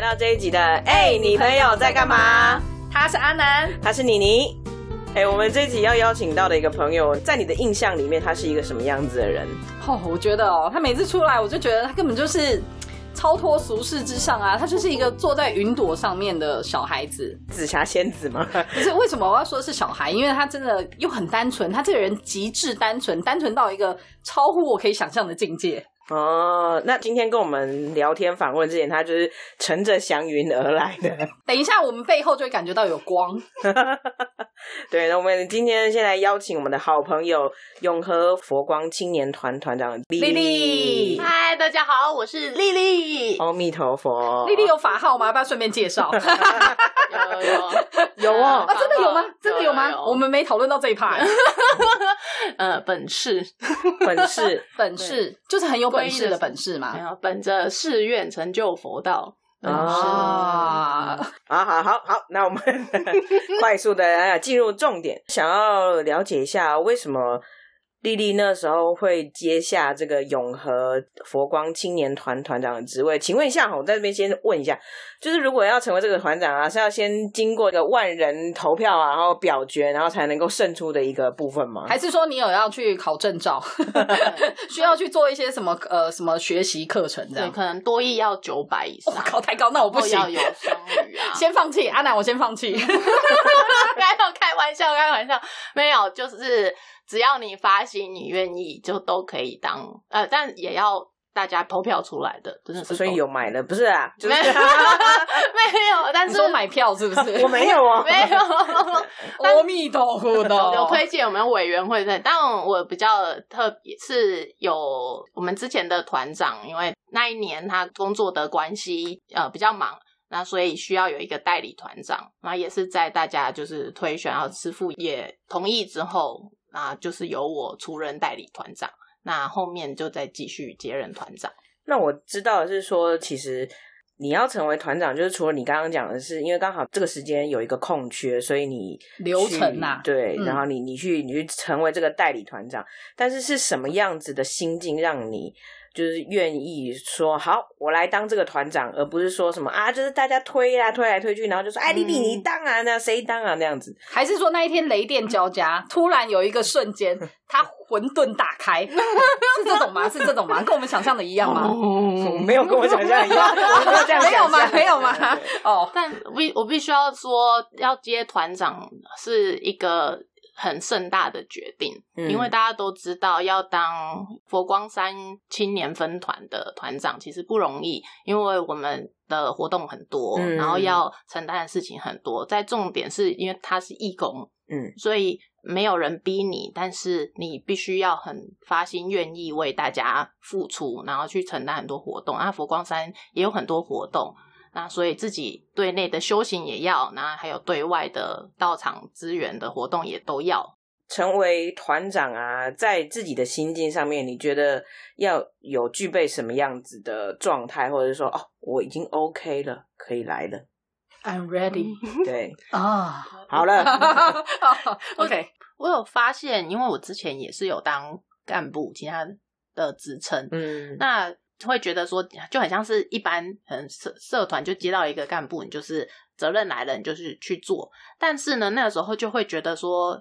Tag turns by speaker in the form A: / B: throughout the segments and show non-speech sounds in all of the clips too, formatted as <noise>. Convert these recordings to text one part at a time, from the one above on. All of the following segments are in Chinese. A: 到这一集的哎、你朋友在干嘛？
B: 他是阿南，
A: 他是妮妮。哎、我们这一集要邀请到的一个朋友，在你的印象里面，他是一个什么样子的人？
B: 哦，我觉得哦，他每次出来，我就觉得他根本就是超脱俗世之上啊，他就是一个坐在云朵上面的小孩子。
A: 紫霞仙子吗？ <laughs>
B: 可是为什么我要说是小孩？因为他真的又很单纯，他这个人极致单纯，单纯到一个超乎我可以想象的境界。
A: 哦，那今天跟我们聊天访问之前，他就是乘着祥云而来 <laughs> 的。
B: 等一下，我们背后就会感觉到有光。
A: 对，那我们今天先来邀请我们的好朋友永和佛光青年团团长莉
B: 莉莉
C: 嗨，大家好，我是丽丽。
B: 哦
A: 阿弥陀佛，哦
B: 丽丽有法号吗？要不要顺便介 <laughs> 绍？
C: 有有
A: 有
C: <laughs>
A: 哦
B: 啊，真的有吗？真的有啊吗？我
C: 我们
B: 们没讨论到这一趴、
C: 啊呃，本市
A: 本事。
B: 本事就是很有本事的本事
C: 没
B: 嘛。
C: 有啊本着誓愿成就佛道。本事
B: 啊，
A: 好好好好，那我们 <laughs> 快速的进入重点，想要呃了解一下为什么丽丽那时候会接下这个永和佛光青年团团长的职位。请问一下哈，我在这边先问一下，就是如果要成为这个团长啊，是要先经过一个万人投票啊，然后表决，然后才能够胜出的一个部分 <laughs> 吗？
B: 还是说你有要去考证 <laughs> 照，
C: 嗯
B: <laughs> 需要去做一些什么呃什么学习课程这
C: 对，
B: 样？
C: 可能多亿要九百以
B: 我、
C: 上，
B: 靠，太高，那我哦不
C: 然后
B: 行
A: 哦
C: 要。有双
B: <laughs>
C: 语啊。
B: 先放弃，阿南，我先放弃。
A: 嗯
C: 开玩开玩笑，开玩笑，没有，就是只要你发心，你愿意，就都可以当。呃，但也要大家投票出来的，真的是。
A: 所以有买的不是啊，就
C: 没
A: 是
C: 有没有，但
B: 你
C: 是
B: 说买票 <laughs> 是不是？
A: <laughs> <laughs> 我没有哦，
C: 没有。
B: 阿弥
A: <laughs>
B: 陀佛的，
C: 有推荐我们委员会在，但我比较特别是有我们之前的团长，因为那一年他工作的关系，呃，比较忙，那所以需要有一个代理团长，那也是在大家就是推选，然后师傅也同意之后，啊，就是由我出任代理团长，那后面就再继续接任团长。
A: 那我知道的是说，其实你要成为团长，就是除了你刚刚讲的是，因为刚好这个时间有一个空缺，所以你
B: 流程
A: 呐、
B: 呐
A: 对，
B: 嗯
A: 然后你你去你去成为这个代理团长，但是是什么样子的心境让你？就是愿意说好，我来当这个团长，而不是说什么啊，就是大家推来推来推去，然后就说哎，丽丽
C: 嗯
A: 你当然啊，谁当啊那样
B: <laughs>
A: 子。
B: 还是说那一天雷电交加，突然有一个
A: <laughs>
B: 瞬间，他混沌打开，是这种吗？是这种吗？跟我们想象的一样吗？
A: 我没哦有跟我想象一样，我没有这样想象
B: 没有吗？没有吗
A: 对对对？
B: 哦，
C: <laughs> 但我必我必须要说，要接团长是一个很盛大的决定，
A: 嗯
C: 因为大家都知道，要当佛光山青年分团的团长其实不容易，因为我们的活动很多，
A: 嗯
C: 然后要承担的事情很多。在重点是因为他是义工，
A: 嗯，
C: 所以没有人逼你，但是你必须要很发心、愿意为大家付出，然后去承担很多活动。啊，佛光山也有很多活动，那所以自己对内的修行也要，那还有对外的到场资源的活动也都要。
A: 成为团长啊，在自己的心境上面，你觉得要有具备什么样子的状态，或者是说哦，我已经 OK 了，可以来
C: <laughs>
A: 了，
B: I'm ready
A: 对，
B: <laughs> 啊、
A: 好
C: <laughs>
A: 了，
B: 哦
A: <laughs>
B: <laughs> OK，
C: 我有发现，因为我之前也是有当干部，其他的职称，
A: 嗯，
C: 那会觉得说，就很像是一般很社社团就接到一个干部，你就是责任来了，你就是去做。但是呢，那个时候就会觉得说，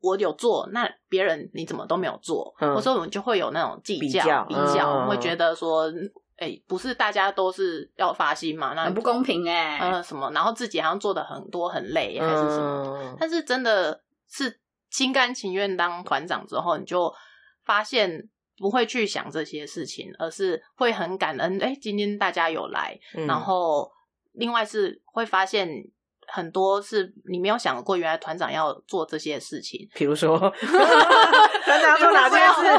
C: 我有做，那别人你怎么都没有做？
A: 嗯
C: 我说我们就会有那种计
A: 比
C: 较，
A: 较
C: 比
A: 嗯
C: 较会觉得说，哎、不是大家都是要发心嘛？
A: 嗯
C: 那
B: 很不公平哎、
C: 呃什么，然后自己好像做的很多很累还是什么的
A: 嗯
C: 但是真的是心甘情愿当团长之后，你就发现不会去想这些事情，而是会很感恩。哎、今天大家有来，
A: 嗯
C: 然后另外是会发现很多是你没有想过，原来团长要做这些事情。
A: 比如
C: <laughs>
A: 说，团长说哪
B: 这
A: 件
B: 样会
A: 事？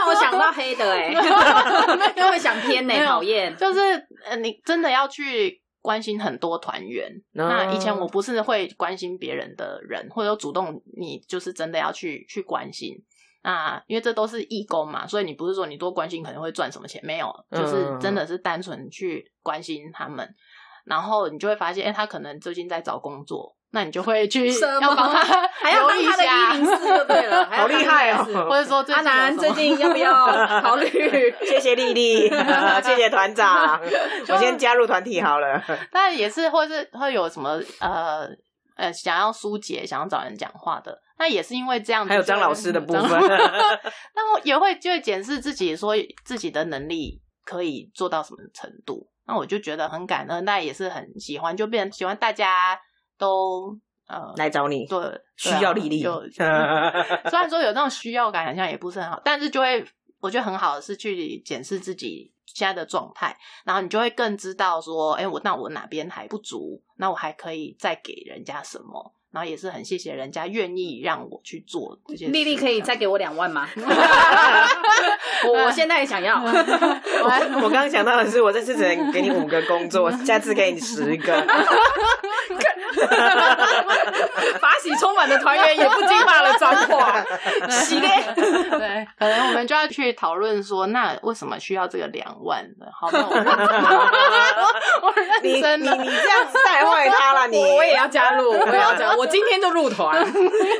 B: 让我想到黑的 <laughs> 哎、欸，又会想偏呢、
C: 没有
B: 讨厌。
C: 就是呃，你真的要去关心很多团员。
A: 嗯
C: 那以前我不是会关心别人的人，或者说主动，你就是真的要去去关心。那因为这都是义工嘛，所以你不是说你多关心可能会赚什么钱，没有，
A: 嗯
C: 就是真的是单纯去关心他们。然后你就会发现，哎、他可能最近在找工作，那你就会去
B: 什么
C: 要帮他
B: 还要
C: 留
B: 当
C: 意一
B: 他的
C: 下
B: 一零四就对了，还要
A: 好厉害
B: 当他的104
A: 哦！ <laughs>
C: 或者说最
B: 阿
C: 近有什
B: 南
C: 么
B: 最近要不要考 <laughs> 虑？
A: 谢谢丽丽，
C: <laughs>
A: 谢谢团长，我先加入团体好了。
C: 但也是，或是会有什么呃呃，想要疏解、想要找人讲话的，那也是因为这样子。
A: 还有张老师的部分
C: <laughs> 张那我也会就会检视自己，说自己的能力可以做到什么程度。那我就觉得很感恩，但也是很喜欢，就变成喜欢大家都呃
A: 来找你，
C: 对
A: 需要嗯丽丽。
C: 对啊有虽然说有那种需要感，好像也不是很好，但是就会我觉得很好的是去检视自己现在的状态，然后你就会更知道说，哎、我那我哪边还不足，那我还可以再给人家什么，然后也是很谢谢人家愿意让我去做这些事。
B: 丽丽可以再给我两万吗？我 <laughs>
C: 我
B: 我现在也想 <laughs> 要。
A: <laughs>
C: <laughs>
A: 我刚刚想到的是，我这次只能给你五个工 <laughs> 作，下次给你十个。
B: 法喜充满的团员也不禁骂了脏话，
C: 系列，对， <laughs> 可能我们就要去讨论说，那为什么需要这个两万呢？好，那
B: <laughs>
C: 我认真了我
A: 你
C: 认
A: 你
C: 真了
A: 你这样子带坏他 <laughs> 了，你。
B: 我我也要加入，我也要加入，我今天就入
A: <laughs>
B: 团。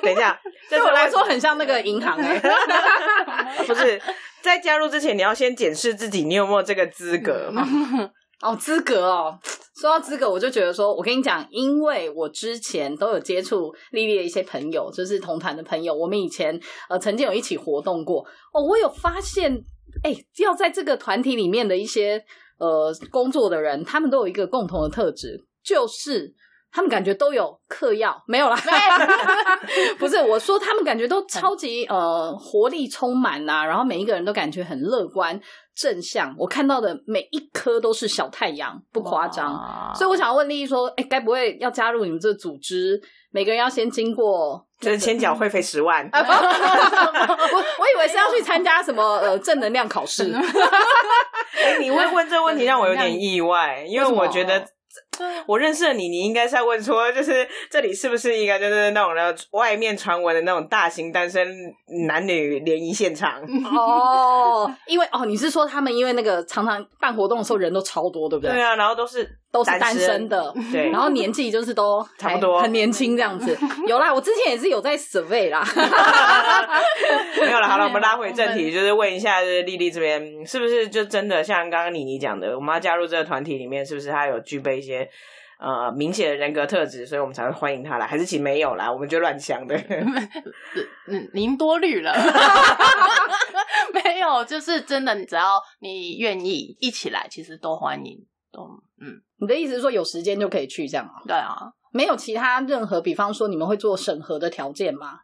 A: 等一下，
B: 对
A: 这
B: 我
A: 是
B: 来说很像那个银行
A: <laughs>
B: 哎、
A: 不是在加入之前，你要先检视自己，你有没有这个资 <laughs> 格嘛？
B: 哦，资格哦， <laughs> 说到资格，我就觉得说，我跟你讲，因为我之前都有接触丽丽的一些朋友，就是同团的朋友，我们以前呃曾经有一起活动过哦，我有发现，哎、要在这个团体里面的一些呃工作的人，他们都有一个共同的特质，就是。他们感觉都有嗑药，没有啦， <laughs> 嗯不是我说，他们感觉都超级呃活力充满呐、然后每一个人都感觉很乐观正向，我看到的每一颗都是小太阳，不夸张。
C: 哇
B: 所以我想要问丽丽说，哎、该不会要加入你们这个组织，每个人要先经 <laughs> 过？
A: 就是先缴会费十万，
B: 啊，不，我我以为是要去参加什么呃正能量考
A: <laughs>
B: 试，
A: 哎、你会问这个问题让我有 <laughs> 点意外，因为我觉得。啊我认识的你，你应该是要问说，就是这里是不是一个就是那种的外面传闻的那种大型单身男女联谊现场？
B: 哦，因为哦，你是说他们因为那个常常办活动的时候人都超多，对不对？
A: 对啊，然后都是
B: 都是单
A: 单
B: 身，的，
A: 对
B: 然后年纪就是 <laughs> 都
A: 差不
B: 还
A: 多
B: 很年轻这样子。有啦，我之前也是有在 survey <laughs> 啦，
A: <laughs> 没有了。好了，我们拉回正题，就是问一下，就是丽丽这边是不是就真的像刚刚妮妮讲的，我们要加入这个团体里面，是不是她有具备一些呃明显的人格特质，所以我们才会欢迎她来？还是其实没有啦，我们就乱想 <laughs> 的。
C: 嗯，您多虑
B: <laughs>
C: 了，没有，就是真的，只要你愿意一起来，其实都欢迎，都嗯，
B: 你的意思是说有时间就可以去这样啊？
C: 对啊，
B: 没有其他任何，比方说你们会做审核的条件吗？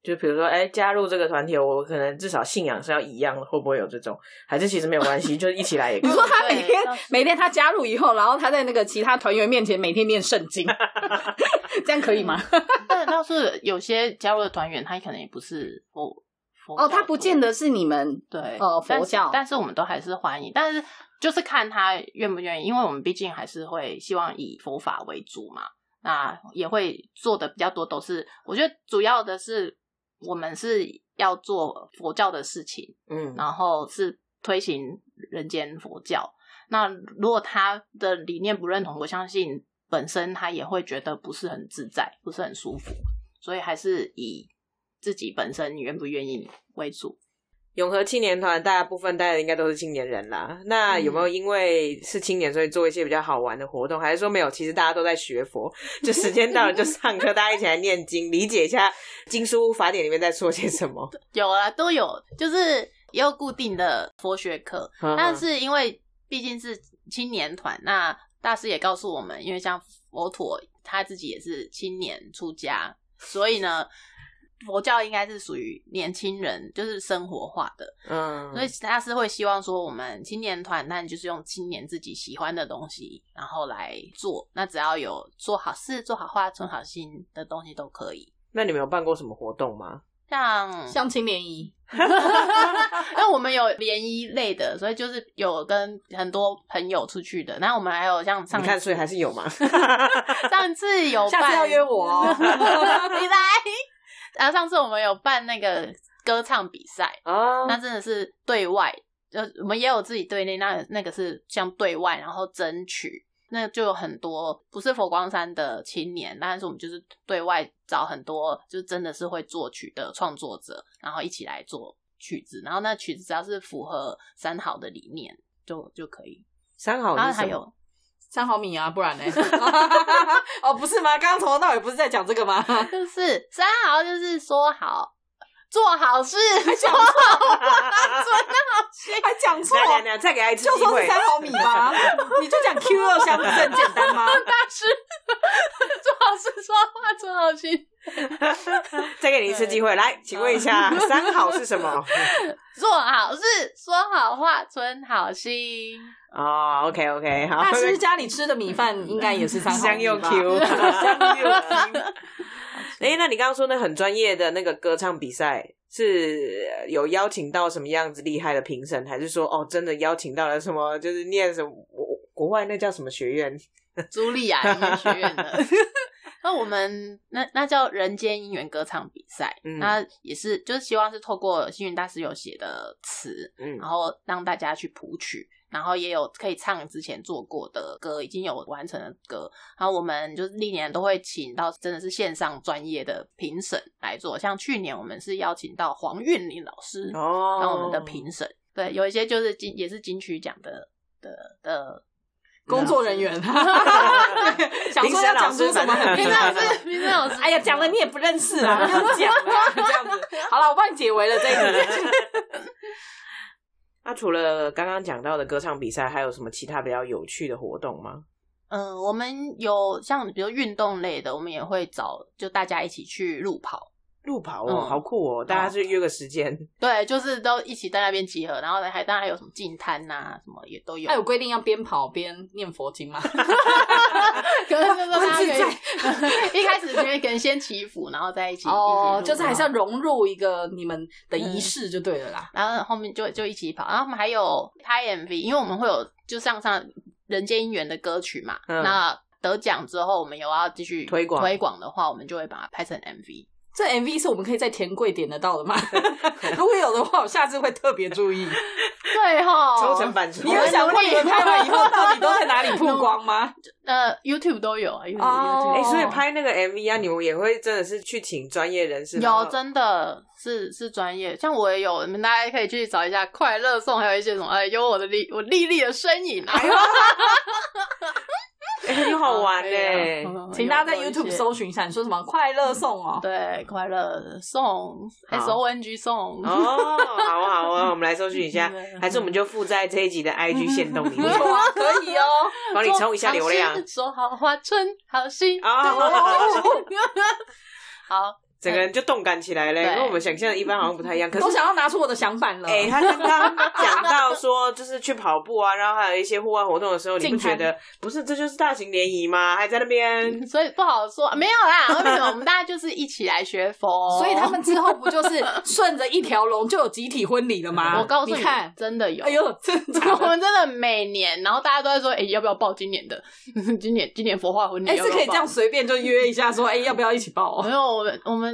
A: 就比如说，哎、加入这个团体，我可能至少信仰是要一样的，会不会有这种？还是其实没有关系，就是一起来也 <laughs> 可
B: 你
A: 以。
B: 说他
C: 对
B: 每天
C: 倒是
B: 每天他加入以后，然后他在那个其他团员面前每天念圣经，
A: <laughs>
B: 这样可以吗？
C: 但倒是有些加入的团员，他可能也不是佛佛
B: 哦，他不见
C: 得
B: 得是你们
C: 对
B: 呃佛
C: 但是
B: 教
C: 但是我们都还是欢迎，但是就是看他愿不愿意，因为我们毕竟还是会希望以佛法为主嘛，那也会做的比较多，都是我觉得主要的是我们是要做佛教的事情。
A: 嗯，
C: 然后是推行人间佛教。那如果他的理念不认同，我相信本身他也会觉得不是很自在，不是很舒服，所以还是以自己本身愿不愿意为主。
A: 永和青年团，大家部分带的应该都是青年人啦。
C: 嗯
A: 那有没有因为是青年，所以做一些比较好玩的活动？还是说没有？其实大家都在学佛，就时间到了就上课，大家一起来念经，理解一下经书法典里面在说些什
C: <laughs>
A: 么。
C: 有啊，都有，就是也有固定的佛学课，
A: 嗯
C: 但是因为毕竟是青年团，那大师也告诉我们，因为像佛陀他自己也是青年出家，所以呢，佛教应该是属于年轻人，就是生活化的。
A: 嗯，
C: 所以他是会希望说，我们青年团，那你就是用青年自己喜欢的东西，然后来做。那只要有做好事、做好话、存好心的东西都可以。
A: 那你们有办过什么活动吗？
C: 像，
B: 相亲联谊，
C: 因为我们有联谊类的，所以就是有跟很多朋友出去的。那我们还有像
A: <laughs>
C: 上
A: 你看，所以还是有嘛。
C: <laughs> 上次有办，
B: 下次要约我哦
C: <laughs> 你来。 <laughs> 然后上次我们有办那个歌唱比赛，
A: 啊
C: 那真的是对外，呃，我们也有自己对内，那那个是像对外，然后争取，那就有很多不是佛光山的青年，但是我们就是对外找很多，就真的是会作曲的创作者，然后一起来做曲子，然后那曲子只要是符合三好的理念就就可以。
A: 三好
C: 然后
A: 是
C: 啊还
A: 什
C: 有
A: 么？
B: 三毫米啊，不然呢？ <laughs> 哦，不是吗？刚刚从头到尾不是在讲这个吗？
C: 就是三好，就是说好做好事，做
B: 讲
C: 好 <laughs>
B: 错，
C: 做
B: 还讲错，
A: 来来来， <laughs> 再给他一次
B: 就
A: 机
B: 说是
A: 会。
B: 三毫米吗？ <laughs> 你就讲 Q 二香不是很简
A: <laughs>
B: 单吗？
C: 大事，做好事，说话，做好心。
A: 再给你一次机会，来，请问一下，三好是什么？ <laughs>
C: 做好事，说好话，存好心。
A: 哦，OK OK，好，
B: 大师家里吃的米饭应该也是三毫米吧
A: 香又
B: <laughs>
A: Q，香嗯又 <laughs> Q。哎，那你刚刚说那很专业的那个歌唱比赛，是呃有邀请到什么样子厉害的评审，还是说哦，真的邀请到了什么，就是念什么国国外那叫什么学院？
C: 茱莉亚音乐学院的。那我们那那叫人间音缘歌唱比赛，
A: 嗯
C: 那也是就是希望是透过星云大师有写的词，
A: 嗯
C: 然后让大家去谱曲，然后也有可以唱之前做过的歌，已经有完成的歌。然后我们就是历年都会请到真的是线上专业的评审来做，像去年我们是邀请到黄韵玲老师
A: 哦，
C: 当我们的
A: <laughs>
C: 评审，对，有一些就是金也是金曲奖的的的
B: 工作
A: <laughs>
B: 人员，想
A: 评
B: 说
A: 审
B: 要
A: 老
B: 讲
A: 师
B: 出什么？
A: 评
C: 明
A: 审嗯
C: 老
B: <laughs>
C: 师，明老师，
B: 哎呀，讲了你也不认识啊，不用 <laughs> 讲啊这样子。 <laughs> 好了，我帮你解围了这一 <laughs> 题。
A: 那除了刚刚讲到的歌唱比赛，还有什么其他比较有趣的活动吗？
C: 嗯，我们有像比如运动类的，我们也会找就大家一起去路跑，
A: 路跑哦，
C: 嗯
A: 好酷哦！大家去约个时间，
C: 对，就是都一起在那边集合，然后还当然还有什么进摊呐，什么也都有
B: 哎还。有规定要边跑边念佛经 <laughs> 吗？ <laughs>
C: 可能就是大家
B: 自在
C: 可以 <laughs> 一开始觉得可能先祈福，然后再一起
B: 哦，
C: 一起
B: 就是还是要
C: 要，
B: 融入一个你们的仪式就对了啦。
C: 然后后面就就一起跑，然后我们还有拍 MV，因为我们会有就上上《人间姻缘》的歌曲嘛，
A: 嗯
C: 那得奖之后我们有要继续
A: 推广
C: 推广的话，我们就会把它拍成 MV。
B: 这 MV 是我们可以在田柜点得到的 <laughs> 吗？如果有的话，我下次会特别注 <laughs> 意。
C: 对哈，
A: 抽成版出
B: 你有
A: 来。
B: 想过你们拍完以后到底都在哪里曝光吗？
C: 呃，YouTube 都有啊，YouTube
B: 哦
C: YouTube
A: 哎、所以拍那个 MV 啊，你们也会真的是去请专业人士？然后
C: 有真的是是专业，像我也有，你们大家可以去找一下快乐颂，还有一些什么，哎，有我的丽，我丽丽的身
B: <laughs>
C: 影啊，
A: <laughs> 哎很好玩呢、
C: 对啊嗯
B: 欸请大家在
C: 有有一
B: YouTube
C: 些
B: 搜哦寻一下，你说什么快乐颂哦？
C: 对快乐颂
A: 好
C: ，S O N G 颂，
A: 哦，好啊好啊，我们来搜寻一下，还是我们就附在这一集的 IG 线动里
B: <laughs>
A: <laughs>
B: 不
A: 面，
B: 错啊，可以哦。
A: 帮你冲一下流量
C: 做好事说好话，存好心。
B: 哦 <laughs>
A: 啊！
C: 好，
A: 整个人就动感起来了，
C: 对
A: 跟我们想象的一般好像不太一样。可
B: 都
A: 是，
B: 想要拿出我的想板了。
A: 哎、他刚刚讲到说，就是去跑步啊，然后还有一些户外活动的时候，你不
B: 进
A: 觉
B: 餐
A: 得不是这就是大型联谊吗？还在那边
C: 所以不好说，没有啦。为什么我们大家就是一起来学佛？
B: <laughs> 所以他们之后不就是顺着一条龙就有集体婚礼了吗？ <laughs>
C: 我告诉
B: 你，
C: 你
B: 看，，
C: 真的有
B: 哎。呦，真的。
C: 我们真的每年，然后大家都在说，哎、要不要报今年的？ <laughs> 今年今年佛化婚礼
B: 哎、
C: 要
B: 是
C: 不要
B: 可以这
C: 报
B: 样随便就约一下说，哎、要不要一起报、哦？
C: 没有，我们我们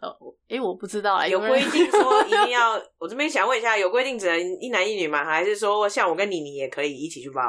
C: 呃，哎、我不知道啊，
A: 有
C: 没有
A: 规
C: 人
A: 定说一定 <laughs> 要，我这边想问一下，有规定只能一男一女吗？还是说像我跟你，你也可以一起去报？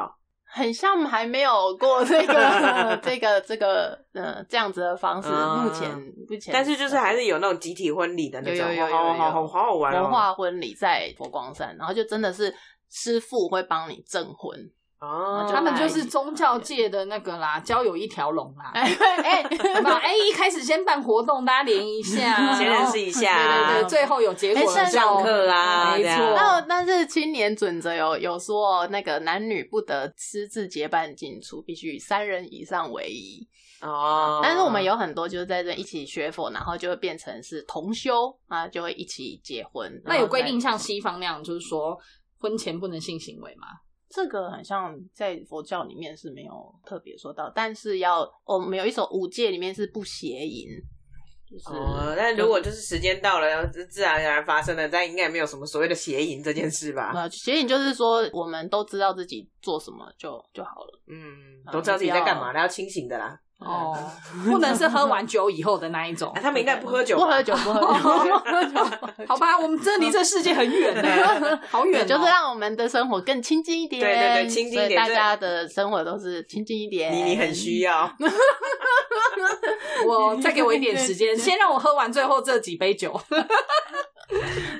C: <laughs> 很像还没有过这个 <laughs> 这个这个呃这样子的方式，
A: 嗯
C: 目前目前，
A: 但是就是还是有那种集体婚礼的那种，
C: 有有有有
A: 好
C: 有
A: 好好好好玩
C: 文
A: 哦！
C: 化婚礼在佛光山，然后就真的是师傅会帮你证婚， <laughs>
A: 哦，
B: 他们就是宗教界的那个 <laughs> 啦，交友一条龙啦。
C: 哎
B: <laughs>
A: <laughs>
C: 哎，
B: 有没有哎、一开始先办活动，大家联谊一下，
A: 先
B: <laughs>
A: 认识一下
B: 然
A: 啊，
B: 后对对对，嗯最后有结果
C: 哎
B: 了
C: 上
B: 就
A: 上课啊
C: 哦
B: 没
A: 这
B: 错
A: 样。
C: 那但是青年准则有有说哦那个男女不得私自结伴进出，必须三人以上为宜。
A: 哦，
C: 但是我们有很多就是在这一起学佛，然后就会变成是同修啊，就会一起结婚。
B: 那有规定
C: 然后
B: 像西方那样，就是说婚前不能性行为吗？
C: 在这个，很像在佛教里面是没有特别说到，但是要我们有一首五戒里面是不邪淫，就是、
A: 哦，但如果就是时间到了，然后自自然而然发生了，但应该也没有什么所谓的邪淫这件事吧？
C: 呃邪淫就是说我们都知道自己做什么就就好了。
A: 嗯
C: 啊，嗯
A: 都知道自己在干嘛，然后清醒的啦。
D: 哦，不能是喝完酒以后的那一种
A: 啊、。
B: <laughs> 哎
A: 他们应该不喝酒，
C: 哦不喝。酒，
A: <laughs>
C: 不喝酒。
D: 好吧，我们真的离这世界很
B: <laughs>
D: 远呢，好远哦，
C: 就是让我们的生活更亲近一点，
A: 对对对亲近一点
C: 所以大家的生活都是亲近一点。
A: 你你很需要，
C: 嗯
D: 我再给我一点时
B: <laughs>
D: 间，先让我喝完最后这几杯酒。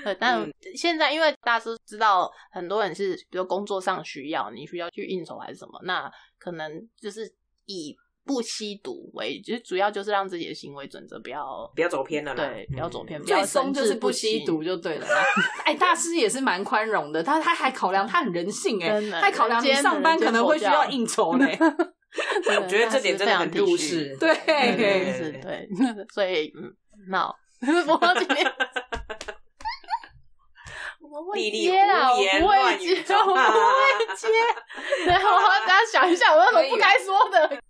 C: 对，但现在因为大师知道很多人是，比如工作上需要，你需要去应酬还是什么，那可能就是以不吸毒为，就是主要就是让自己的行为准则不要
A: 不要走偏了啦。
C: 对，不要走偏，不要
D: 最松就是不吸毒就对了啦。哎，大师也是蛮宽容的，他他还考量他很人性哎、
C: 真的
D: 他还考量你上班可能会需要应酬嘞、 <laughs>
C: 对。
A: <laughs> 我觉得这点真的很入
C: 世，
A: 世。
D: 对，
C: 对对是对，所以嗯，那我
D: <laughs>
C: 今天。我会
A: 丽丽
C: 接啦，
A: 胡
C: 我
A: 言
C: 不会
A: 乱
C: 接
A: 语，
C: <laughs> 我不会接。
A: 啊
C: 然后我等下想一下，我有什么不该说的？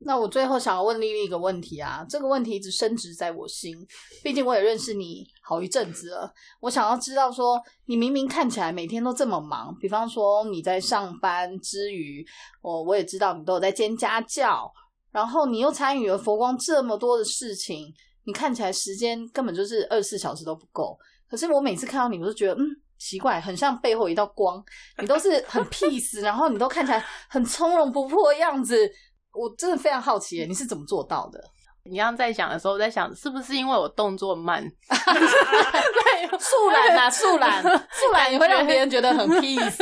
B: 那我最后想要问丽丽一个问题啊，这个问题一直深植在我心，毕竟我也认识你好一阵子了。我想要知道说，你明明看起来每天都这么忙，比方说你在上班之余，我我也知道你都有在兼家教，然后你又参与了佛光这么多的事情，你看起来时间根本就是二十四小时都不够。可是我每次看到你，我就觉得嗯。奇怪，很像背后一道光，你都是 <laughs> 很 peace，然后你都看起来很从容不迫的样子，我真的非常好奇耶，你是怎么做到的？
C: 你刚刚在想的时候，我在想是不是因为我动
B: <laughs>
C: 作慢，
B: <laughs> 素懒啊，素 <laughs> 懒，素懒，你会让别人觉得很 <laughs> peace。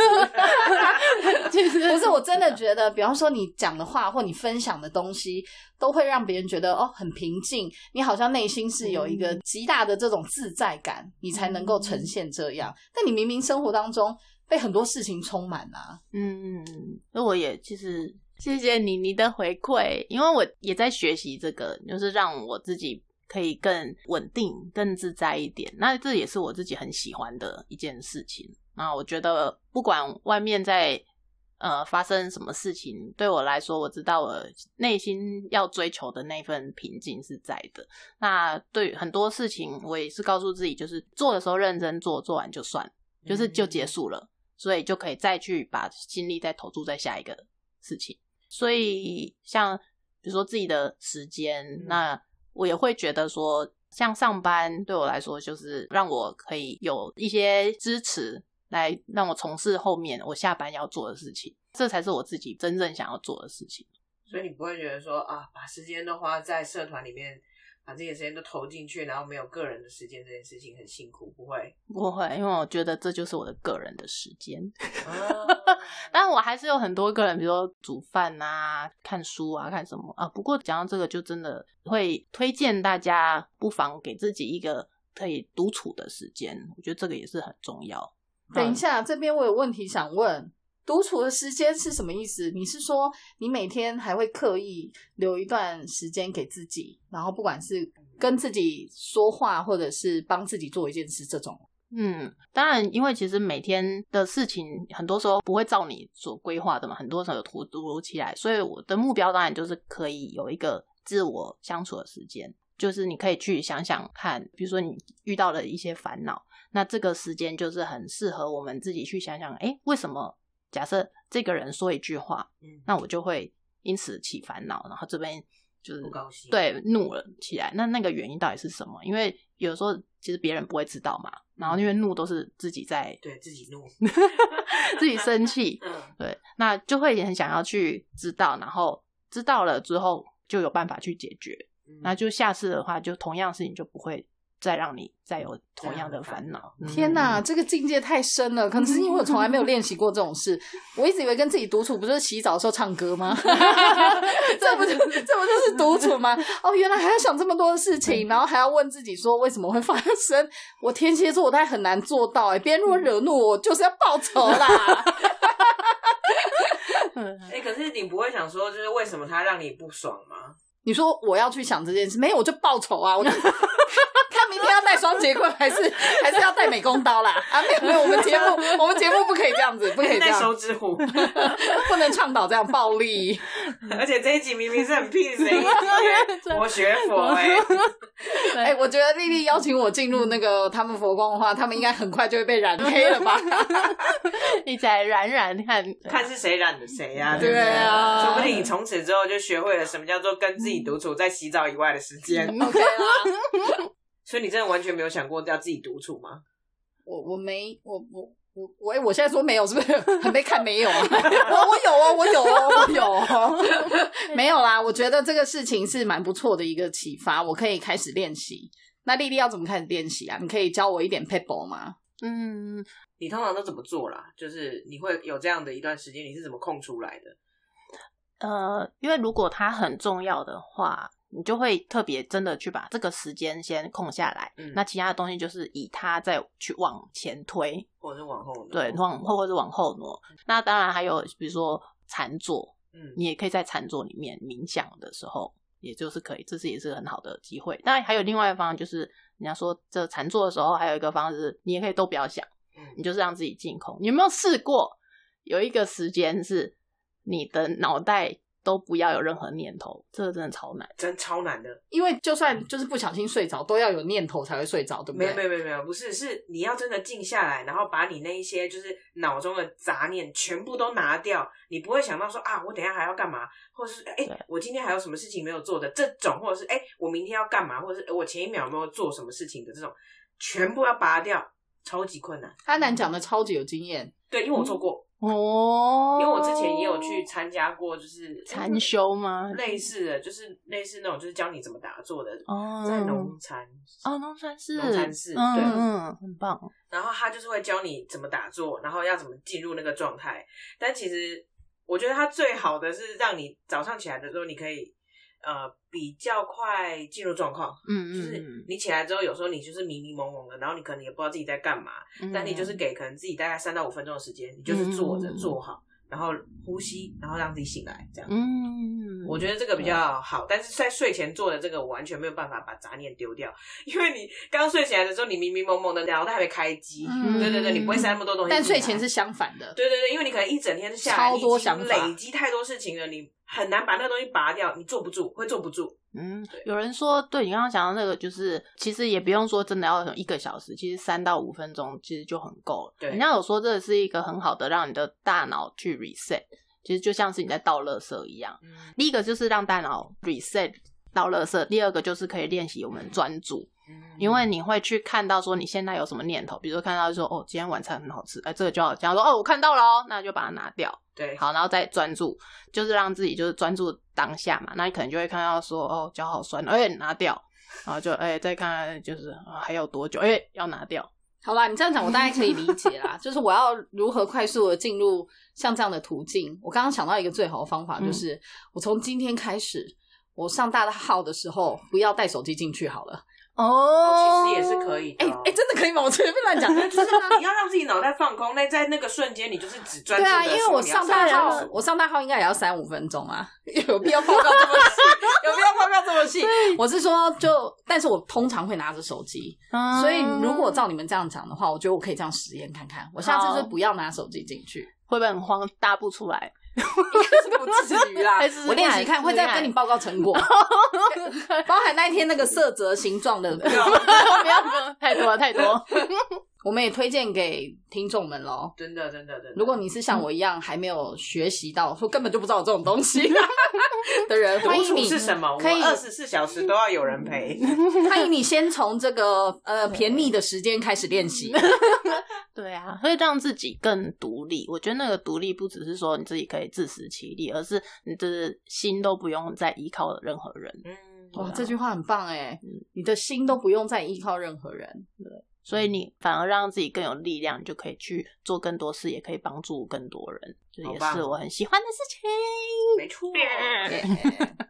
C: 其实
B: 不是，我真的觉得，比方说你讲的话或你分享的东西，都会让别人觉得哦很平静，你好像内心是有一个极大的这种自在感，你才能够呈现这样。但你明明生活当中被很多事情充满啊，
C: 嗯，那我也其实谢谢你你的回馈，因为我也在学习这个，就是让我自己可以更稳定、更自在一点。那这也是我自己很喜欢的一件事情。那我觉得不管外面在呃发生什么事情，对我来说，我知道我内心要追求的那份平静是在的。那对于很多事情，我也是告诉自己，就是做的时候认真做，做完就算，就是就
A: 嗯
C: 结束了。所以就可以再去把精力再投注在下一个事情。所以像比如说自己的时间，那我也会觉得说，像上班对我来说，就是让我可以有一些支持，来让我从事后面我下班要做的事情，这才是我自己真正想要做的事情。
A: 所以你不会觉得说啊，把时间都花在社团里面，把这些时间都投进去，然后没有个人的时间，这件事情很辛苦，不
B: <laughs>
A: 会？
C: 不会，因为我觉得这就是我的个人的时间。
A: 啊
C: 但我还是有很多个人，比如说煮饭啊、看书啊、看什么啊。不过讲到这个，就真的会推荐大家，不妨给自己一个可以独处的时间。我觉得这个也是很重要。
B: 等一下，这边我有问题想问。独处的时间是什么意思？你是说你每天还会刻意留一段时间给自己，然后不管是跟自己说话，或者是帮自己做一件事，这种
C: 嗯，当然，因为其实每天的事情很多时候不会照你所规划的嘛，很多时候有突突如其来，所以我的目标当然就是可以有一个自我相处的时间，就是你可以去想想看，比如说你遇到了一些烦恼，那这个时间就是很适合我们自己去想想，诶，为什么？假设这个人说一句话，
A: 嗯
C: 那我就会因此起烦恼，然后这边就是
A: 不高兴
C: 对怒了起来。那那个原因到底是什么？因为有时候其实别人不会知道嘛，然后因为怒都是自己在
A: 对自己
C: <laughs>
A: 怒，
C: 自己生 <laughs> 气，
A: 嗯，
C: 对，那就会也很想要去知道，然后知道了之后就有办法去解决。
A: 嗯
C: 那就下次的话，就同样事情就不会再让你再有同样的烦恼。嗯
B: 天哪，这个境界太深了。可能是因为我从来没有练习过这种事，我一直以为跟自己独处不就是洗澡的时候唱歌吗？这不就这不就是独处吗？哦，原来还要想这么多的事情，然后还要问自己说为什么会发生。我天蝎座，我太很难做到哎、别人如果惹怒我，我就是要报仇 <laughs> 啦。
C: 嗯 <laughs>
A: 哎、可是你不会想说，就是为什么
B: <laughs>
A: 他让你不爽吗？
B: 你说我要去想这件事，没有我就报仇啊！我就他他明天要带双节棍，还是还是要带美工刀啦？啊，没有没有，我们节目我们节目不可以这样子，不可以这
A: 带手
B: 样，
A: 指
B: <laughs>
A: 虎，
B: 不能倡导这样暴力。
A: 而且这一集明明是很 peace 的一
B: 啊
A: 集耶，我学佛哎、
B: 哎、我觉得丽丽邀请我进入那个他们佛光的话，他们应该很快就会被染黑了 <laughs> 吧？
C: 一起来染染看，
A: 哎看是谁染的谁呀、
B: 对啊
A: 说不定你从此之后就学会了什么叫做跟自己独处，在洗澡以外的时间。
B: OK 啦，
A: <laughs> 所以你真的完全没有想过要自己独处吗？
B: 我我没我我。我我哎我现在说没有，是不是很被看没有啊？ <laughs> 我我有哦，我有哦，我有哦， <laughs> 没有啦。我觉得这个事情是蛮不错的一个启发，我可以开始练习。那丽丽要怎么开始练习啊？你可以教我一点 paper 吗？
C: 嗯，
A: 你通常都怎么做啦？就是你会有这样的一段时间，你是怎么空出来的？
C: 呃，因为如果它很重要的话，你就会特别真的去把这个时间先空下来，
A: 嗯
C: 那其他的东西就是以它再去往前推，
A: 或者是往后呢
C: 对，往后或者是往后挪。那当然还有比如说禅坐，
A: 嗯
C: 你也可以在禅坐里面冥想的时候，也就是可以，这是也是很好的机会。那还有另外一方就是，人家说这禅坐的时候，还有一个方式是，你也可以都不要想。
A: 嗯，
C: 你就是让自己净空。你有没有试过有一个时间是你的脑袋都不要有任何念头？这个真的超难。
A: 真超难的。
B: 因为就算就是不小心睡着，都要有念头才会睡着，对不
A: 没
B: 对？
A: 有没有没有没有，不是，是你要真的静下来，然后把你那一些就是脑中的杂念全部都拿掉，你不会想到说啊，我等一下还要干嘛，或者是哎、
C: 对
A: 我今天还有什么事情没有做的这种，或者是哎、我明天要干嘛，或者是呃我前一秒有没有做什么事情的这种，全部要拔掉，超级困难。
B: 阿南讲的超级有经验，
A: 对，因为我做过，
C: 嗯哦
A: 因为我之前也有去参加过，就是
C: 禅修吗？
A: 类似的，就是类似那种就是教你怎么打坐的，
C: 哦，
A: 在农禅
C: 哦，农禅寺，
A: 农禅寺
C: 嗯
A: 对
C: 嗯，很棒。
A: 然后他就是会教你怎么打坐，然后要怎么进入那个状态。但其实我觉得他最好的是让你早上起来的时候，你可以呃比较快进入状况。就
C: 嗯
A: 是
C: 嗯
A: 你起来之后，有时候你就是迷迷蒙蒙的，然后你可能也不知道自己在干嘛，
C: 嗯，
A: 但你就是给可能自己大概三到五分钟的时间，你就是坐着
C: 嗯
A: 坐好，然后呼吸，然后让自己醒来，这样。
C: 嗯，
A: 我觉得这个比较好，但是在睡前做的这个，我完全没有办法把杂念丢掉，因为你刚睡起来的时候，你迷迷蒙蒙的，脑袋还没开机，
B: 嗯
A: 对对对，你不会塞那么多东西进来。
B: 但睡前是相反的。
A: 对对对，因为你可能一整天下来，
B: 超多想
A: 你已
B: 法
A: 经累积太多事情了，你很难把那个东西拔掉，你坐不住，会坐不住。
C: 嗯
A: 对，
C: 有人说，对你刚刚讲到那个，就是其实也不用说真的要一个小时，其实三到五分钟其实就很够了。
A: 对
C: 人家有说这是一个很好的让你的大脑去 reset，其实就像是你在倒垃圾一样。
A: 嗯
C: 第一个就是让大脑 reset 倒垃圾，第二个就是可以练习我们专注，
B: 嗯
A: 嗯
C: 因为你会去看到说你现在有什么念头，比如说看到说哦，今天晚餐很好吃，哎，这个就好，讲说哦，我看到了哦，那就把它拿掉。
A: 对，
C: 好，然后再专注，就是让自己就是专注当下嘛。那你可能就会看到说，哦，脚好酸，哎、拿掉，然后就哎、再看看就是、啊还有多久，哎、要拿掉。
B: 好啦，你这样讲我大概可以理
A: <laughs>
B: 解啦。就是我要如何快速的进入像这样的途径。我刚刚想到一个最好的方法，
C: 嗯
B: 就是、我从今天开始，我上大号的时候不要带手机进去好了。
A: 哦
C: 哦
A: 其实也是可。以的
B: 哎、
A: 哦。
B: 哎、真的可以吗？我随便乱
A: <laughs>
B: 讲，
A: 就是呢，你要让自己脑袋放空，那在那个瞬间，你就是只专注地
B: 对啊，因为我
A: 说
B: 上
A: 你要
B: 大
A: 上
B: 号
A: 厕，所
B: 我上大号应该也要三五分钟啊， <laughs> 有必要报告这么细？
A: <laughs>
B: 有必要报告这么细？我是说就，但是我通常会拿着手机，
C: 嗯
B: 所以如果照你们这样讲的话，我觉得我可以这样实验看看。我下次就不要拿手机进去，
C: 会不会很慌，答不出 <laughs> 来？
B: 应 <laughs> 该是不至于啦
C: 还是。
B: 我练习
C: 试试看
B: 看，会再跟你报告成 <laughs> 果，包含那一天那个色泽形状的。
C: 不要，不要，太多了，太 <laughs> 多。
B: 我们也推荐给听众们喽。
A: 真的真的真的。
B: 如果你是像我一样还没有学习到，或根本就不知道有这种东 <laughs> 西的人，
A: 独
B: 欢迎
A: 处
B: 你
A: 是什么？我
B: 可以
A: 二十四小时都要有人陪。
B: 欢迎你先从这个呃便宜的时间开始练习。
C: 对啊，所以让自己更独立。我觉得那个独立不只是说你自己可以自食其力，而是你的心都不用再依靠任何人。
A: <laughs> 嗯，
B: 哇，这句话很棒哎！你的心都不用再依靠任何人。
C: 所以你反而让自己更有力量，你就可以去做更多事，也可以帮助更多人，这
A: 好
C: 也
A: 棒
C: 是我很喜欢的事情。
A: 没
C: <laughs>
A: 错。
B: Yeah
A: <laughs>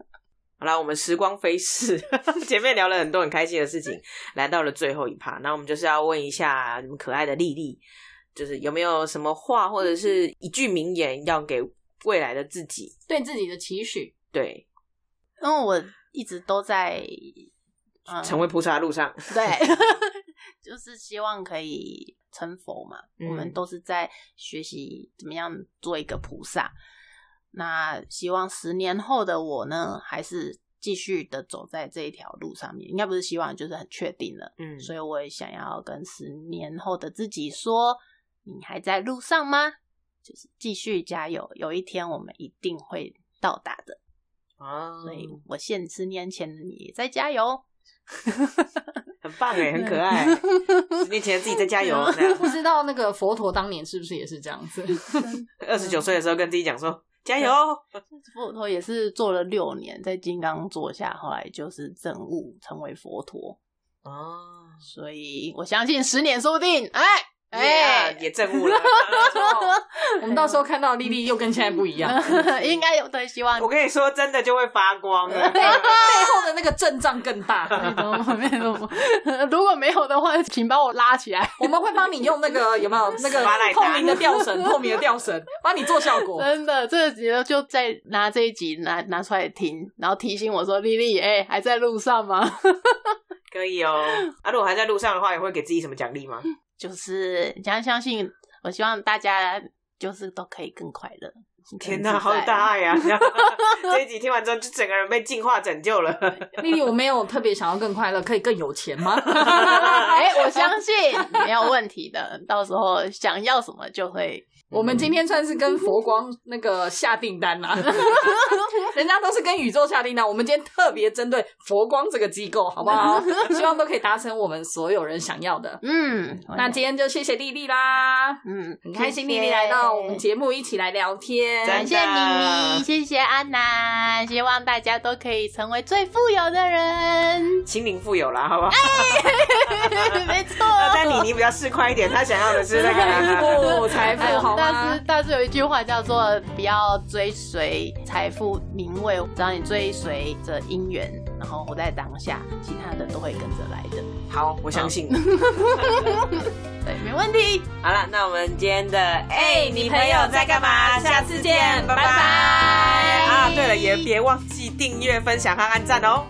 A: 好啦，我们时光飞逝， <laughs> 前面聊了很多很开心的事情，来到了最后一趴。那我们就是要问一下你们可爱的丽丽，就是有没有什么话或者是一句名言要给未来的自己？
B: 对自己的期许，
A: 对，
C: 因为我一直都在嗯
A: 成为菩萨路上， <laughs>
C: 对，就是希望可以成佛嘛。
A: 嗯
C: 我们都是在学习怎么样做一个菩萨。那希望十年后的我呢，还是继续的走在这一条路上面。应该不是希望，就是很确定了。
A: 嗯，
C: 所以我也想要跟十年后的自己说：“你还在路上吗？”就是继续加油，有一天我们一定会到达的。
A: 啊，
C: 所以我现十年前的你也在加油。
A: <laughs> 很棒
C: <laughs>
A: 哎，很可爱。十年前自己在加油，
C: 啊
B: 不知道那个佛陀当年是不是也是这样 <laughs> 子？
A: 二十九岁的时候跟自己讲
C: 嗯
A: 说加油，
C: 佛陀也是做了六年，在金刚座下，后来就是证悟成为佛陀。
A: 哦，
C: 所以我相信十年说不定，哎
A: 哎，
C: 哎，
A: 也证悟了。
C: <laughs>
B: 我们到时候看到莉莉又跟现在不 <laughs> 一样，
C: 应该有对希
A: <laughs>
C: 望 <laughs>
A: 我。跟你说，真的就会发光了。
B: 背背后的那个阵仗更大。
C: 如果没有的话，请把我拉起来。
B: 我们会帮你用那个有没有那个
A: 斯巴赖达
B: 透明的吊 <laughs> 绳，透明的吊绳帮你做效果。
C: 真的，这集呢就再拿这一集拿拿出来听，然后提醒我说：“丽丽，哎、还在路上吗 <laughs>
A: 可以 <laughs> 哦。啊，如果还在路上的话，也会给自己什么奖励 <laughs> 吗？？”
C: 就是你要相信，我希望大家就是都可以更快乐。
A: 天
C: 哪，
A: 哪，好有大爱 <laughs> 呀！这一集听完之后，就整个人被进化拯救 <laughs> 了。
B: 莉莉，我没有特别想要更快乐，可以更有钱吗？
C: <laughs>
B: <laughs>
C: 哎、我相信没有问题的。到时候想要什么就会，
B: 我们今天算是跟佛光那个下订单 <laughs> 啦、人家都是跟宇宙下订单，我们今天特别针对佛光这个机构，好不 <laughs> 好？希望都可以达成我们所有人想要的。
C: 嗯，
B: 那今天就谢谢莉莉啦，
C: 嗯，
B: 很开心莉
C: 谢谢
B: 莉来到我们节目一起来聊天。
A: 真
C: 感谢
A: 的。
C: 你，谢谢安南，希望大家都可以成为最富有的人 <laughs>
A: 心灵富有啦，好不好？
C: 没错，
A: 那但妮妮比较市侩一点，她想要的是那
B: 财
A: 个。 <laughs>
B: 富，财
C: 哎
B: 富，好
C: 但
B: 吗
C: 是？但是有一句话叫做“不要追随财富名位，让你追随着姻缘，然后活在当下，其他的都会跟着来的。
A: 好，我相信。”
C: 对，没问题。
A: 好了，那我们今天的哎、你朋友在干嘛？下
B: 啊
A: 次见，拜拜。啊，对了，也别忘记订阅、分享和按赞哦。